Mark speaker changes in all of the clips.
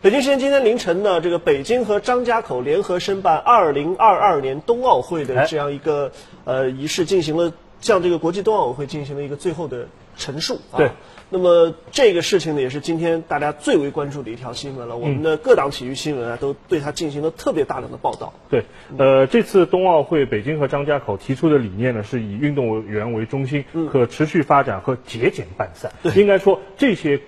Speaker 1: 北京时间今天凌晨呢，这个北京和张家口联合申办2022年冬奥会
Speaker 2: 哎
Speaker 1: 的这样一个、呃仪式，进行了向这个国际冬奥委会进行了一个最后的陈述啊。
Speaker 2: 对。
Speaker 1: 那么这个事情呢，也是今天大家最为关注的一条新闻了。我们
Speaker 2: 嗯
Speaker 1: 的各档体育新闻啊，都对它进行了特别大量的报道。
Speaker 2: 对，呃，这次冬奥会北京和张家口提出的理念呢，是以运动员为中心，可持续发展和节俭办赛。应该说这些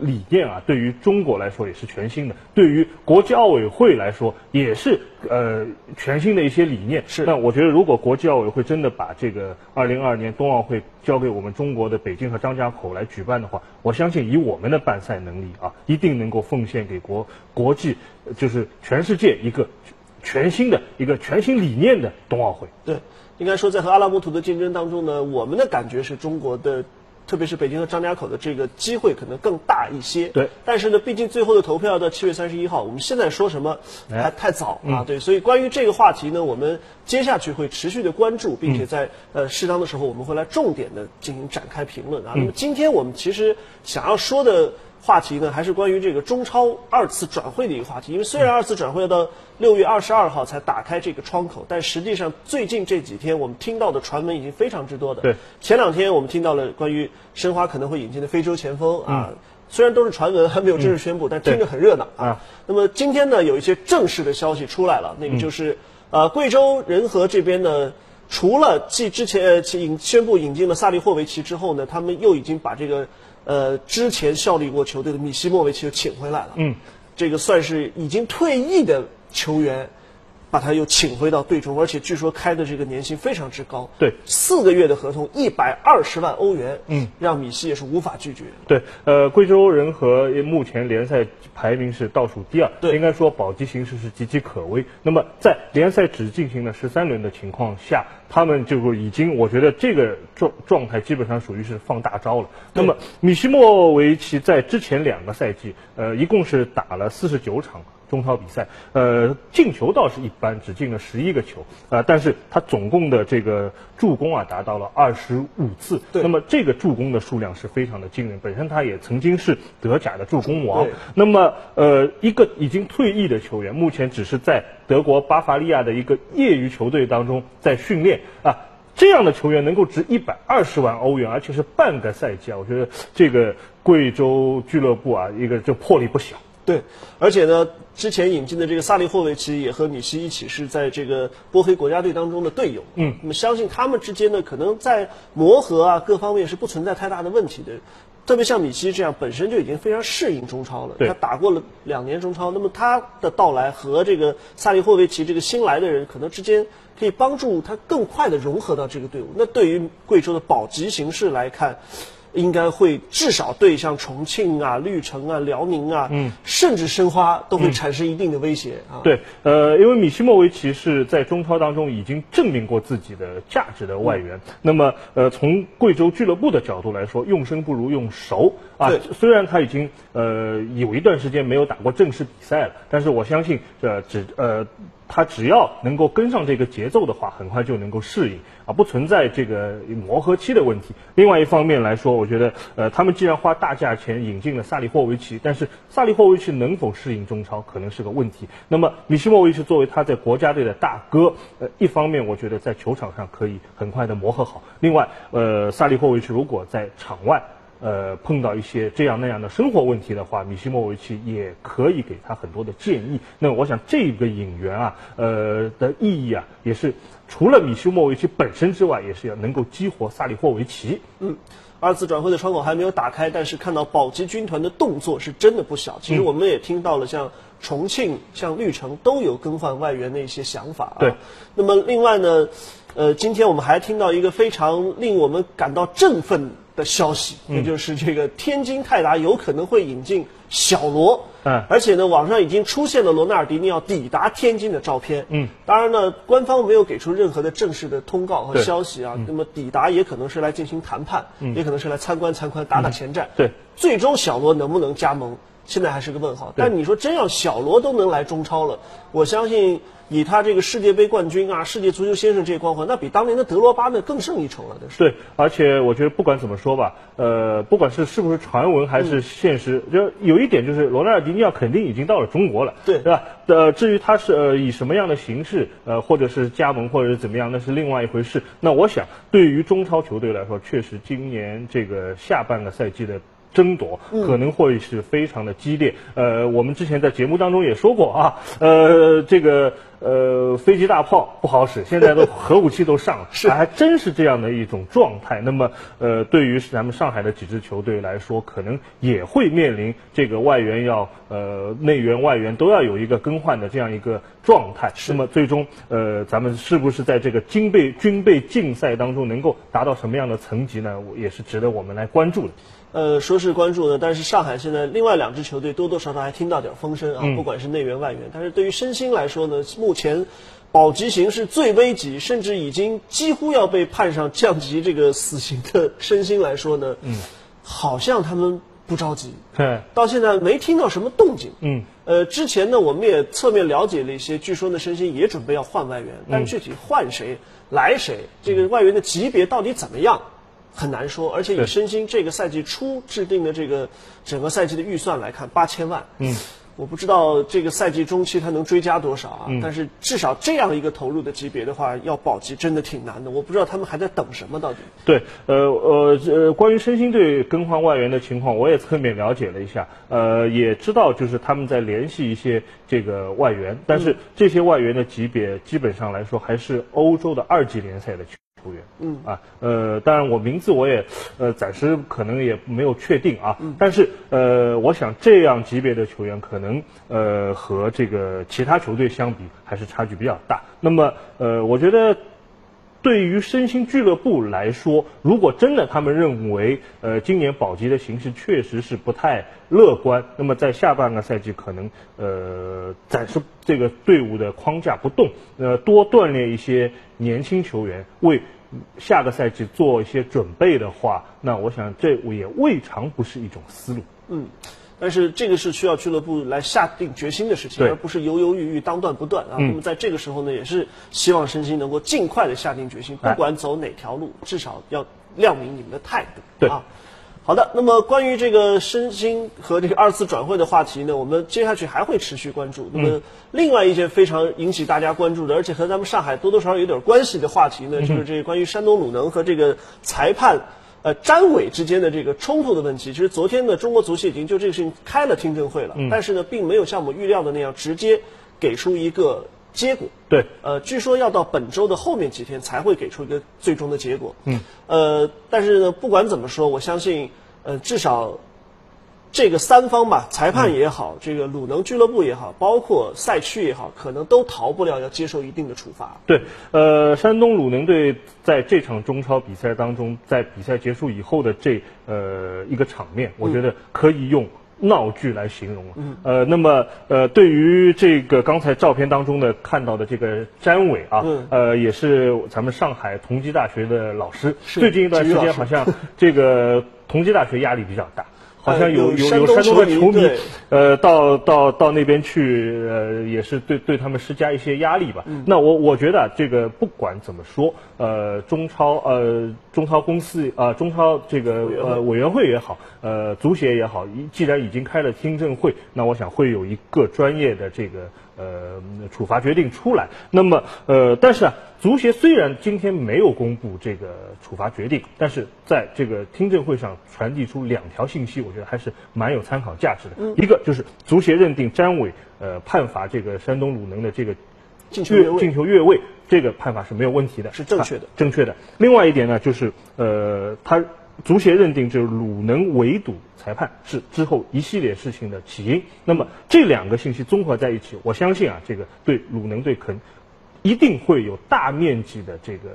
Speaker 2: 理念啊，对于中国来说也是全新的，对于国际奥委会来说也是呃全新的一些理念。
Speaker 1: 是
Speaker 2: 那我觉得如果国际奥委会真的把这个二零二二年冬奥会交给我们中国的北京和张家口来举办的话，我相信以我们的办赛能力啊，一定能够奉献给国国际，呃就是全世界一个全新的一个全新理念的冬奥会。
Speaker 1: 对，应该说在和阿拉木图的竞争当中呢，我们的感觉是中国的，特别是北京和张家口的这个机会可能更大一些。
Speaker 2: 对
Speaker 1: 但是呢，毕竟最后的投票要到七月三十一号，我们现在说什么
Speaker 2: 哎
Speaker 1: 还太早啊。对，所以关于这个话题呢，我们接下去会持续的关注，
Speaker 2: 嗯
Speaker 1: 并且在、呃适当的时候，我们会来重点的进行展开评论啊。
Speaker 2: 嗯
Speaker 1: 那么今天我们其实想要说的。话题呢，还是关于这个中超二次转会的一个话题。因为
Speaker 2: 嗯
Speaker 1: 虽然二次转会要到六月二十二号才打开这个窗口，但实际上最近这几天我们听到的传闻已经非常之多的。
Speaker 2: 对，
Speaker 1: 前两天我们听到了关于申花可能会引进的非洲前锋
Speaker 2: 嗯
Speaker 1: 啊，虽然都是传闻，还没有正式宣布，但听着很热闹啊
Speaker 2: 啊。
Speaker 1: 那么今天呢，有一些正式的消息出来了，那
Speaker 2: 嗯
Speaker 1: 个就是、呃，贵州仁和这边呢。除了继之前呃其引宣布引进了萨利霍维奇之后呢，他们又已经把这个呃之前效力过球队的米西莫维奇又请回来了。
Speaker 2: 嗯，
Speaker 1: 这个算是已经退役的球员，把他又请回到队中，而且据说开的这个年薪非常之高。
Speaker 2: 对
Speaker 1: 四个月的合同一百二十万欧元，
Speaker 2: 嗯，
Speaker 1: 让米西也是无法拒绝。
Speaker 2: 对，呃，贵州仁和目前联赛排名是倒数第二，
Speaker 1: 对
Speaker 2: 应该说保级形势是岌岌可危。那么在联赛只进行了十三轮的情况下，他们就已经，我觉得这个状状态基本上属于是放大招了。那么米西莫维奇在之前两个赛季，呃，一共是打了四十九场。中超比赛，呃，进球倒是一般，只进了十一个球，呃，但是他总共的这个助攻啊，达到了二十五次。
Speaker 1: 对
Speaker 2: 那么这个助攻的数量是非常的惊人，本身他也曾经是德甲的助攻王
Speaker 1: 对。
Speaker 2: 那么，呃，一个已经退役的球员，目前只是在德国巴伐利亚的一个业余球队当中在训练啊。这样的球员能够值一百二十万欧元，而且是半个赛季啊！我觉得这个贵州俱乐部啊，一个就魄力不小。
Speaker 1: 对，而且呢，之前引进的这个萨利霍维奇也和米西一起是在这个波黑国家队当中的队友。啊
Speaker 2: 嗯
Speaker 1: 那么相信他们之间呢，可能在磨合啊各方面是不存在太大的问题的。特别像米西这样，本身就已经非常适应中超了。
Speaker 2: 对
Speaker 1: 他打过了两年中超，那么他的到来和这个萨利霍维奇这个新来的人，可能之间可以帮助他更快的融合到这个队伍。那对于贵州的保级形势来看，应该会至少对像重庆啊、绿城啊、辽宁啊，嗯，甚至申花都会产生一定的威胁啊。
Speaker 2: 对，呃，因为米西莫维奇是在中超当中已经证明过自己的价值的外援。那么，呃，从贵州俱乐部的角度来说，用生不如用熟啊
Speaker 1: 对。
Speaker 2: 虽然他已经呃有一段时间没有打过正式比赛了，但是我相信，呃，只呃他只要能够跟上这个节奏的话，很快就能够适应啊，不存在这个磨合期的问题。另外一方面来说，我觉得呃，他们既然花大价钱引进了萨里霍维奇，但是萨里霍维奇能否适应中超，可能是个问题。那么米西莫维奇作为他在国家队的大哥，呃，一方面我觉得在球场上可以很快的磨合好，另外呃，萨里霍维奇如果在场外。呃，碰到一些这样那样的生活问题的话，米西莫维奇也可以给他很多的建议。那我想这个引援啊，呃的意义啊，也是除了米西莫维奇本身之外，也是要能够激活萨里霍维奇。
Speaker 1: 嗯二次转会的窗口还没有打开，但是看到保级军团的动作是真的不小。
Speaker 2: 嗯
Speaker 1: 其实我们也听到了，像重庆、像绿城都有更换外援的一些想法、啊。
Speaker 2: 对。
Speaker 1: 那么另外呢，呃，今天我们还听到一个非常令我们感到振奋的消息，
Speaker 2: 嗯
Speaker 1: 那就是这个天津泰达有可能会引进小罗。
Speaker 2: 嗯
Speaker 1: 而且呢，网上已经出现了罗纳尔迪尼奥抵达天津的照片。嗯，当然呢，官方没有给出任何的正式的通告和
Speaker 2: 对
Speaker 1: 消息啊。那么抵达也可能是来进行谈判，也可能是来参观参观、打打前站。
Speaker 2: 嗯对，
Speaker 1: 最终小罗能不能加盟现在还是个问号。
Speaker 2: 对
Speaker 1: 但你说真要小罗都能来中超了，我相信以他这个世界杯冠军啊、世界足球先生这些光环，那比当年的德罗巴那更胜一筹了，那是。
Speaker 2: 对，而且我觉得不管怎么说吧，呃，不管是是不是传闻还是现实，就有一点就是罗纳尔迪尼奥肯定已经到了中国了，
Speaker 1: 对
Speaker 2: 对吧？呃，至于他是呃以什么样的形式，呃，或者是加盟或者是怎么样，那是另外一回事。那我想，对于中超球队来说，确实今年这个下半个赛季的。争夺可能会是非常的激烈，呃，我们之前在节目当中也说过啊，呃，这个呃飞机大炮不好使，现在都核武器都上了，
Speaker 1: 是
Speaker 2: 还真是这样的一种状态。那么，呃，对于咱们上海的几支球队来说，可能也会面临这个外援要呃内援、外援都要有一个更换的这样一个状态。那么最终，呃，咱们是不是在这个军备军备竞赛当中能够达到什么样的层级呢？我也是值得我们来关注的。
Speaker 1: 呃，说是关注呢，但是上海现在另外两支球队多多少少还听到点风声啊，不管是内援外援，但是对于申鑫来说呢，目前保级形势最危急，甚至已经几乎要被判上降级这个死刑的申鑫来说呢，嗯，好像他们不着急，
Speaker 2: 嗯
Speaker 1: 到现在没听到什么动静。
Speaker 2: 嗯，
Speaker 1: 呃，之前呢，我们也侧面了解了一些，据说呢，申鑫也准备要换外援，
Speaker 2: 嗯
Speaker 1: 但具体换谁、来谁，这个外援的级别到底怎么样，很难说。而且以
Speaker 2: 对
Speaker 1: 申鑫这个赛季初制定的这个整个赛季的预算来看，八千万，嗯，我不知道这个赛季中期他能追加多少啊，
Speaker 2: 嗯
Speaker 1: 但是至少这样一个投入的级别的话，要保级真的挺难的。我不知道他们还在等什么到底。
Speaker 2: 对，呃呃呃，关于申鑫队更换外援的情况，我也侧面了解了一下，呃，也知道就是他们在联系一些这个外援，但是这些外援的级别基本上来说还是欧洲的二级联赛的球球员。嗯啊，呃，当然我名字我也呃暂时可能也没有确定啊，但是呃，我想这样级别的球员可能呃和这个其他球队相比还是差距比较大。那么呃，我觉得。对于身心俱乐部来说，如果真的他们认为，呃，今年保级的形势确实是不太乐观，那么在下半个赛季可能，呃，暂时这个队伍的框架不动，呃，多锻炼一些年轻球员，为下个赛季做一些准备的话，那我想这也未尝不是一种思路。
Speaker 1: 嗯但是这个是需要俱乐部来下定决心的事情，
Speaker 2: 对嗯
Speaker 1: 而不是犹犹豫豫、当断不断啊。那么在这个时候呢，也是希望申鑫能够尽快的下定决心，
Speaker 2: 哎
Speaker 1: 不管走哪条路，至少要亮明你们的态度。
Speaker 2: 对
Speaker 1: 啊，好的。那么关于这个申鑫和这个二次转会的话题呢，我们接下去还会持续关注。那么另外一件非常引起大家关注的，而且和咱们上海多多少少有点关系的话题呢，就是这个关于山东鲁能和这个裁判。呃，詹伟之间的这个冲突的问题，其实昨天呢，中国足协已经就这个事情开了听证会了，但是呢，并没有像我们预料的那样直接给出一个结果。
Speaker 2: 对，
Speaker 1: 呃，据说要到本周的后面几天才会给出一个最终的结果。嗯，呃，但是呢，不管怎么说，我相信，呃，至少这个三方吧，裁判也好，这个鲁能俱乐部也好，包括赛区也好，可能都逃不了要接受一定的处罚。
Speaker 2: 对，呃，山东鲁能队在这场中超比赛当中，在比赛结束以后的这呃一个场
Speaker 1: 嗯
Speaker 2: 面，我觉得可以用闹剧来形容了。嗯、呃，那么呃，对于这个刚才照片当中的看到的这个詹伟啊，
Speaker 1: 嗯
Speaker 2: 呃，也是咱们上海同济大学的老师，
Speaker 1: 是
Speaker 2: 最近一段时
Speaker 1: 体育
Speaker 2: 间
Speaker 1: 老师
Speaker 2: 好像这个同济大学压力 比较大。好像有
Speaker 1: 呃有
Speaker 2: 有
Speaker 1: 山
Speaker 2: 有
Speaker 1: 东
Speaker 2: 山东的
Speaker 1: 球迷
Speaker 2: 球迷
Speaker 1: 对，
Speaker 2: 呃，到到到那边去，呃，也是对对他们施加一些压力吧。
Speaker 1: 嗯
Speaker 2: 那我我觉得啊这个不管怎么说，呃，中超呃中超公司啊、呃中超这个
Speaker 1: 委员会
Speaker 2: 呃委员会也好，呃足协也好，一既然已经开了听证会，那我想会有一个专业的这个呃处罚决定出来。那么呃，但是啊，足协虽然今天没有公布这个处罚决定，但是在这个听证会上传递出两条信息，我觉得还是蛮有参考价值的。一个就是足协认定詹伟呃判罚这个山东鲁能的这个
Speaker 1: 进球越
Speaker 2: 越
Speaker 1: 位
Speaker 2: 进球越位，这个判罚是没有问题的，
Speaker 1: 是正确的
Speaker 2: 啊正确的。另外一点呢，就是呃，他足协认定就是鲁能围堵裁判是之后一系列事情的起因。那么这两个信息综合在一起，我相信啊，这个对鲁能队肯一定会有大面积的这个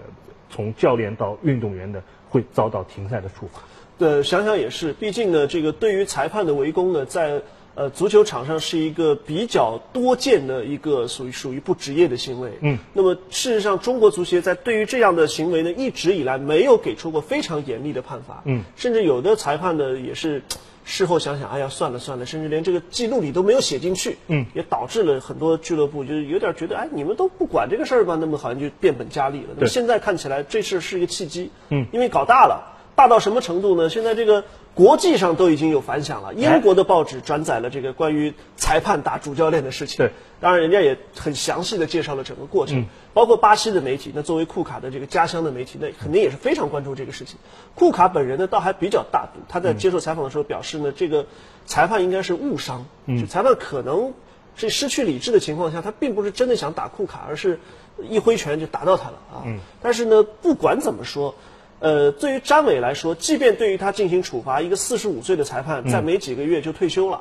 Speaker 2: 从教练到运动员的会遭到停赛的处罚。
Speaker 1: 呃，想想也是，毕竟呢，这个对于裁判的围攻呢，在呃足球场上是一个比较多见的一个属于属于不职业的行为。嗯，那么事实上，中国足协在对于这样的行为呢，一直以来没有给出过非常严厉的判罚。嗯，甚至有的裁判呢也是。事后想想，哎呀，算了算了，甚至连这个记录里都没有写进去，
Speaker 2: 嗯，
Speaker 1: 也导致了很多俱乐部就是有点觉得，哎，你们都不管这个事儿吧，那么好像就变本加厉了。那么
Speaker 2: 对
Speaker 1: 现在看起来，这事是一个契机，
Speaker 2: 嗯，
Speaker 1: 因为搞大了，大到什么程度呢？现在这个国际上都已经有反响了，英国的报纸转载了这个关于裁判打主教练的事情，
Speaker 2: 对，
Speaker 1: 当然人家也很详细的介绍了整个过程，包括巴西的媒体，那作为库卡的这个家乡的媒体，那肯定也是非常关注这个事情。库卡本人呢，倒还比较大度，他在接受采访的时候表示呢，这个裁判应该是误伤，就裁判可能是失去理智的情况下，他并不是真的想打库卡，而是一挥拳就打到他了啊。但是呢，不管怎么说。呃，对于詹伟来说，即便对于他进行处罚，一个四十五岁的裁判，在没几个月就退休了，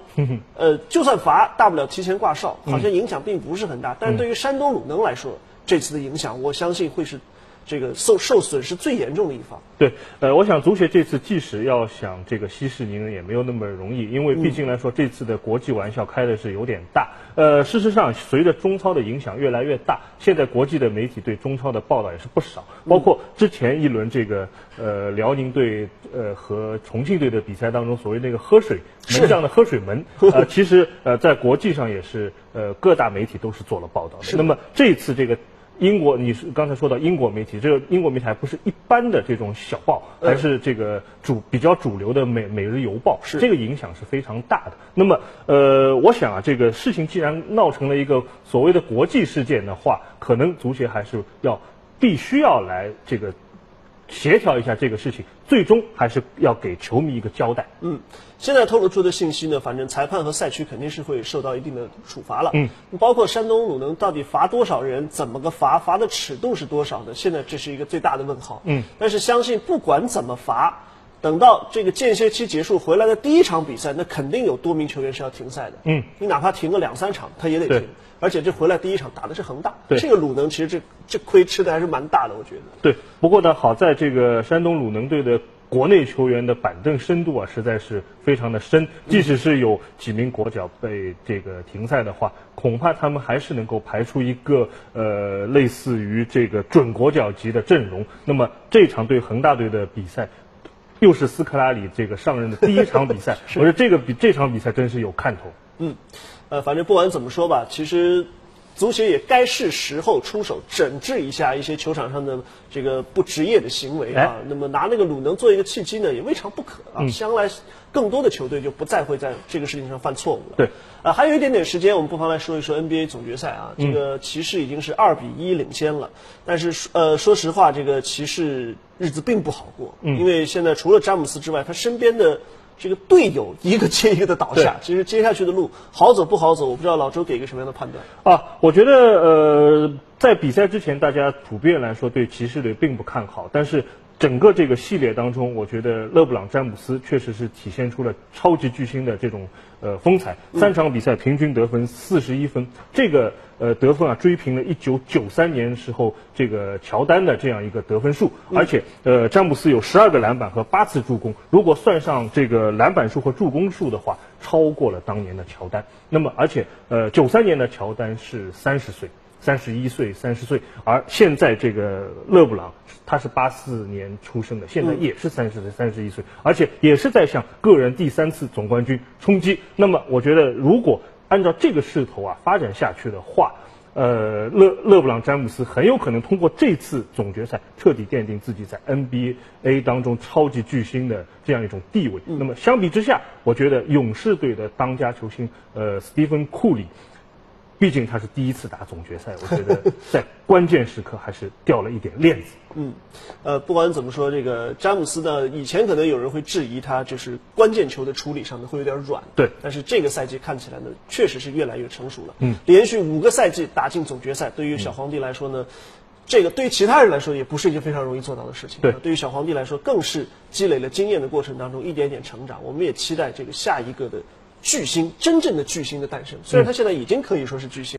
Speaker 1: 呃，就算罚，大不了提前挂哨，好像影响并不是很大。但是对于山东鲁能来说，这次的影响，我相信会是这个受受损失最严重的一方。
Speaker 2: 对，呃，我想足协这次即使要想这个息事宁人，也没有那么容易，因为毕竟来说，这次的国际玩笑开的是有点大。呃，事实上，随着中超的影响越来越大，现在国际的媒体对中超的报道也是不少，包括之前一轮这个呃辽宁队呃和重庆队的比赛当中，所谓那个喝水门将的喝水 门，呃，其实呃在国际上也是呃各大媒体都是做了报道的。那么这次这个。英国，你是刚才说到英国媒体，这个英国媒体还不是一般的这种小报，
Speaker 1: 嗯
Speaker 2: 还是这个主比较主流的每每日邮报，
Speaker 1: 是
Speaker 2: 这个影响是非常大的。那么，呃，我想啊，这个事情既然闹成了一个所谓的国际事件的话，可能足协还是要必须要来这个协调一下这个事情，最终还是要给球迷一个交代。
Speaker 1: 嗯，现在透露出的信息呢，反正裁判和赛区肯定是会受到一定的处罚了。
Speaker 2: 嗯，
Speaker 1: 包括山东鲁能到底罚多少人，怎么个罚，罚的尺度是多少呢？现在这是一个最大的问号。
Speaker 2: 嗯，
Speaker 1: 但是相信不管怎么罚，等到这个间歇期结束回来的第一场比赛，那肯定有多名球员是要停赛的。
Speaker 2: 嗯，
Speaker 1: 你哪怕停个两三场，他也得
Speaker 2: 对
Speaker 1: 停。而且这回来第一场打的是恒大，
Speaker 2: 对
Speaker 1: 这个鲁能其实这这亏吃的还是蛮大的，我觉得。
Speaker 2: 对，不过呢，好在这个山东鲁能队的国内球员的板凳深度啊，实在是非常的深。即使是有几名国脚被这个停赛的话，恐怕他们还是能够排出一个呃类似于这个准国脚级的阵容。那么这场对恒大队的比赛。又是斯科拉里这个上任的第一场比赛，我觉得这个比这场比赛真是有看头。
Speaker 1: 呃，反正不管怎么说吧，其实足协也该是时候出手整治一下一些球场上的这个不职业的行为啊。那么拿那个鲁能做一个契机呢，也未尝不可啊。将来更多的球队就不再会在这个事情上犯错误了。
Speaker 2: 对，
Speaker 1: 啊，还有一点点时间，我们不妨来说一说 NBA 总决赛啊。这个骑士已经是二比一领先了，但是呃，说实话，这个骑士日子并不好过，因为现在除了詹姆斯之外，他身边的这个队友一个接一个的倒下
Speaker 2: 对，
Speaker 1: 其实接下去的路好走不好走，我不知道老周给一个什么样的判断。
Speaker 2: 啊，我觉得呃，在比赛之前，大家普遍来说对骑士队并不看好，但是整个这个系列当中，我觉得勒布朗詹姆斯确实是体现出了超级巨星的这种呃风采。三场比赛平均得分四十一分，这个呃得分啊追平了一九九三年时候这个乔丹的这样一个得分数，而且呃詹姆斯有十二个篮板和八次助攻，如果算上这个篮板数和助攻数的话，超过了当年的乔丹。那么，而且呃，九三年的乔丹是三十岁、三十一岁、三十岁，而现在这个勒布朗他是八四年出生的，现在也是三十岁、三十一岁，而且也是在向个人第三次总冠军冲击。那么，我觉得如果按照这个势头啊发展下去的话，呃，勒勒布朗詹姆斯很有可能通过这次总决赛彻底奠定自己在 NBA 当中超级巨星的这样一种地位。那么相比之下，我觉得勇士队的当家球星呃斯蒂芬库里，毕竟他是第一次打总决赛，我觉得在关键时刻还是掉了一点链子。
Speaker 1: 呃，不管怎么说，这个詹姆斯呢，以前可能有人会质疑他就是关键球的处理上呢会有点软，
Speaker 2: 对
Speaker 1: 但是这个赛季看起来呢，确实是越来越成熟了。
Speaker 2: 嗯，
Speaker 1: 连续五个赛季打进总决赛，对于小皇帝来说呢，这个对于其他人来说也不是一件非常容易做到的事情。
Speaker 2: 对
Speaker 1: 对于小皇帝来说，更是积累了经验的过程当中一点点成长。我们
Speaker 2: 嗯
Speaker 1: 也期待这个下一个的巨星，真正的巨星的诞生。虽然他现在已经可以说是巨星。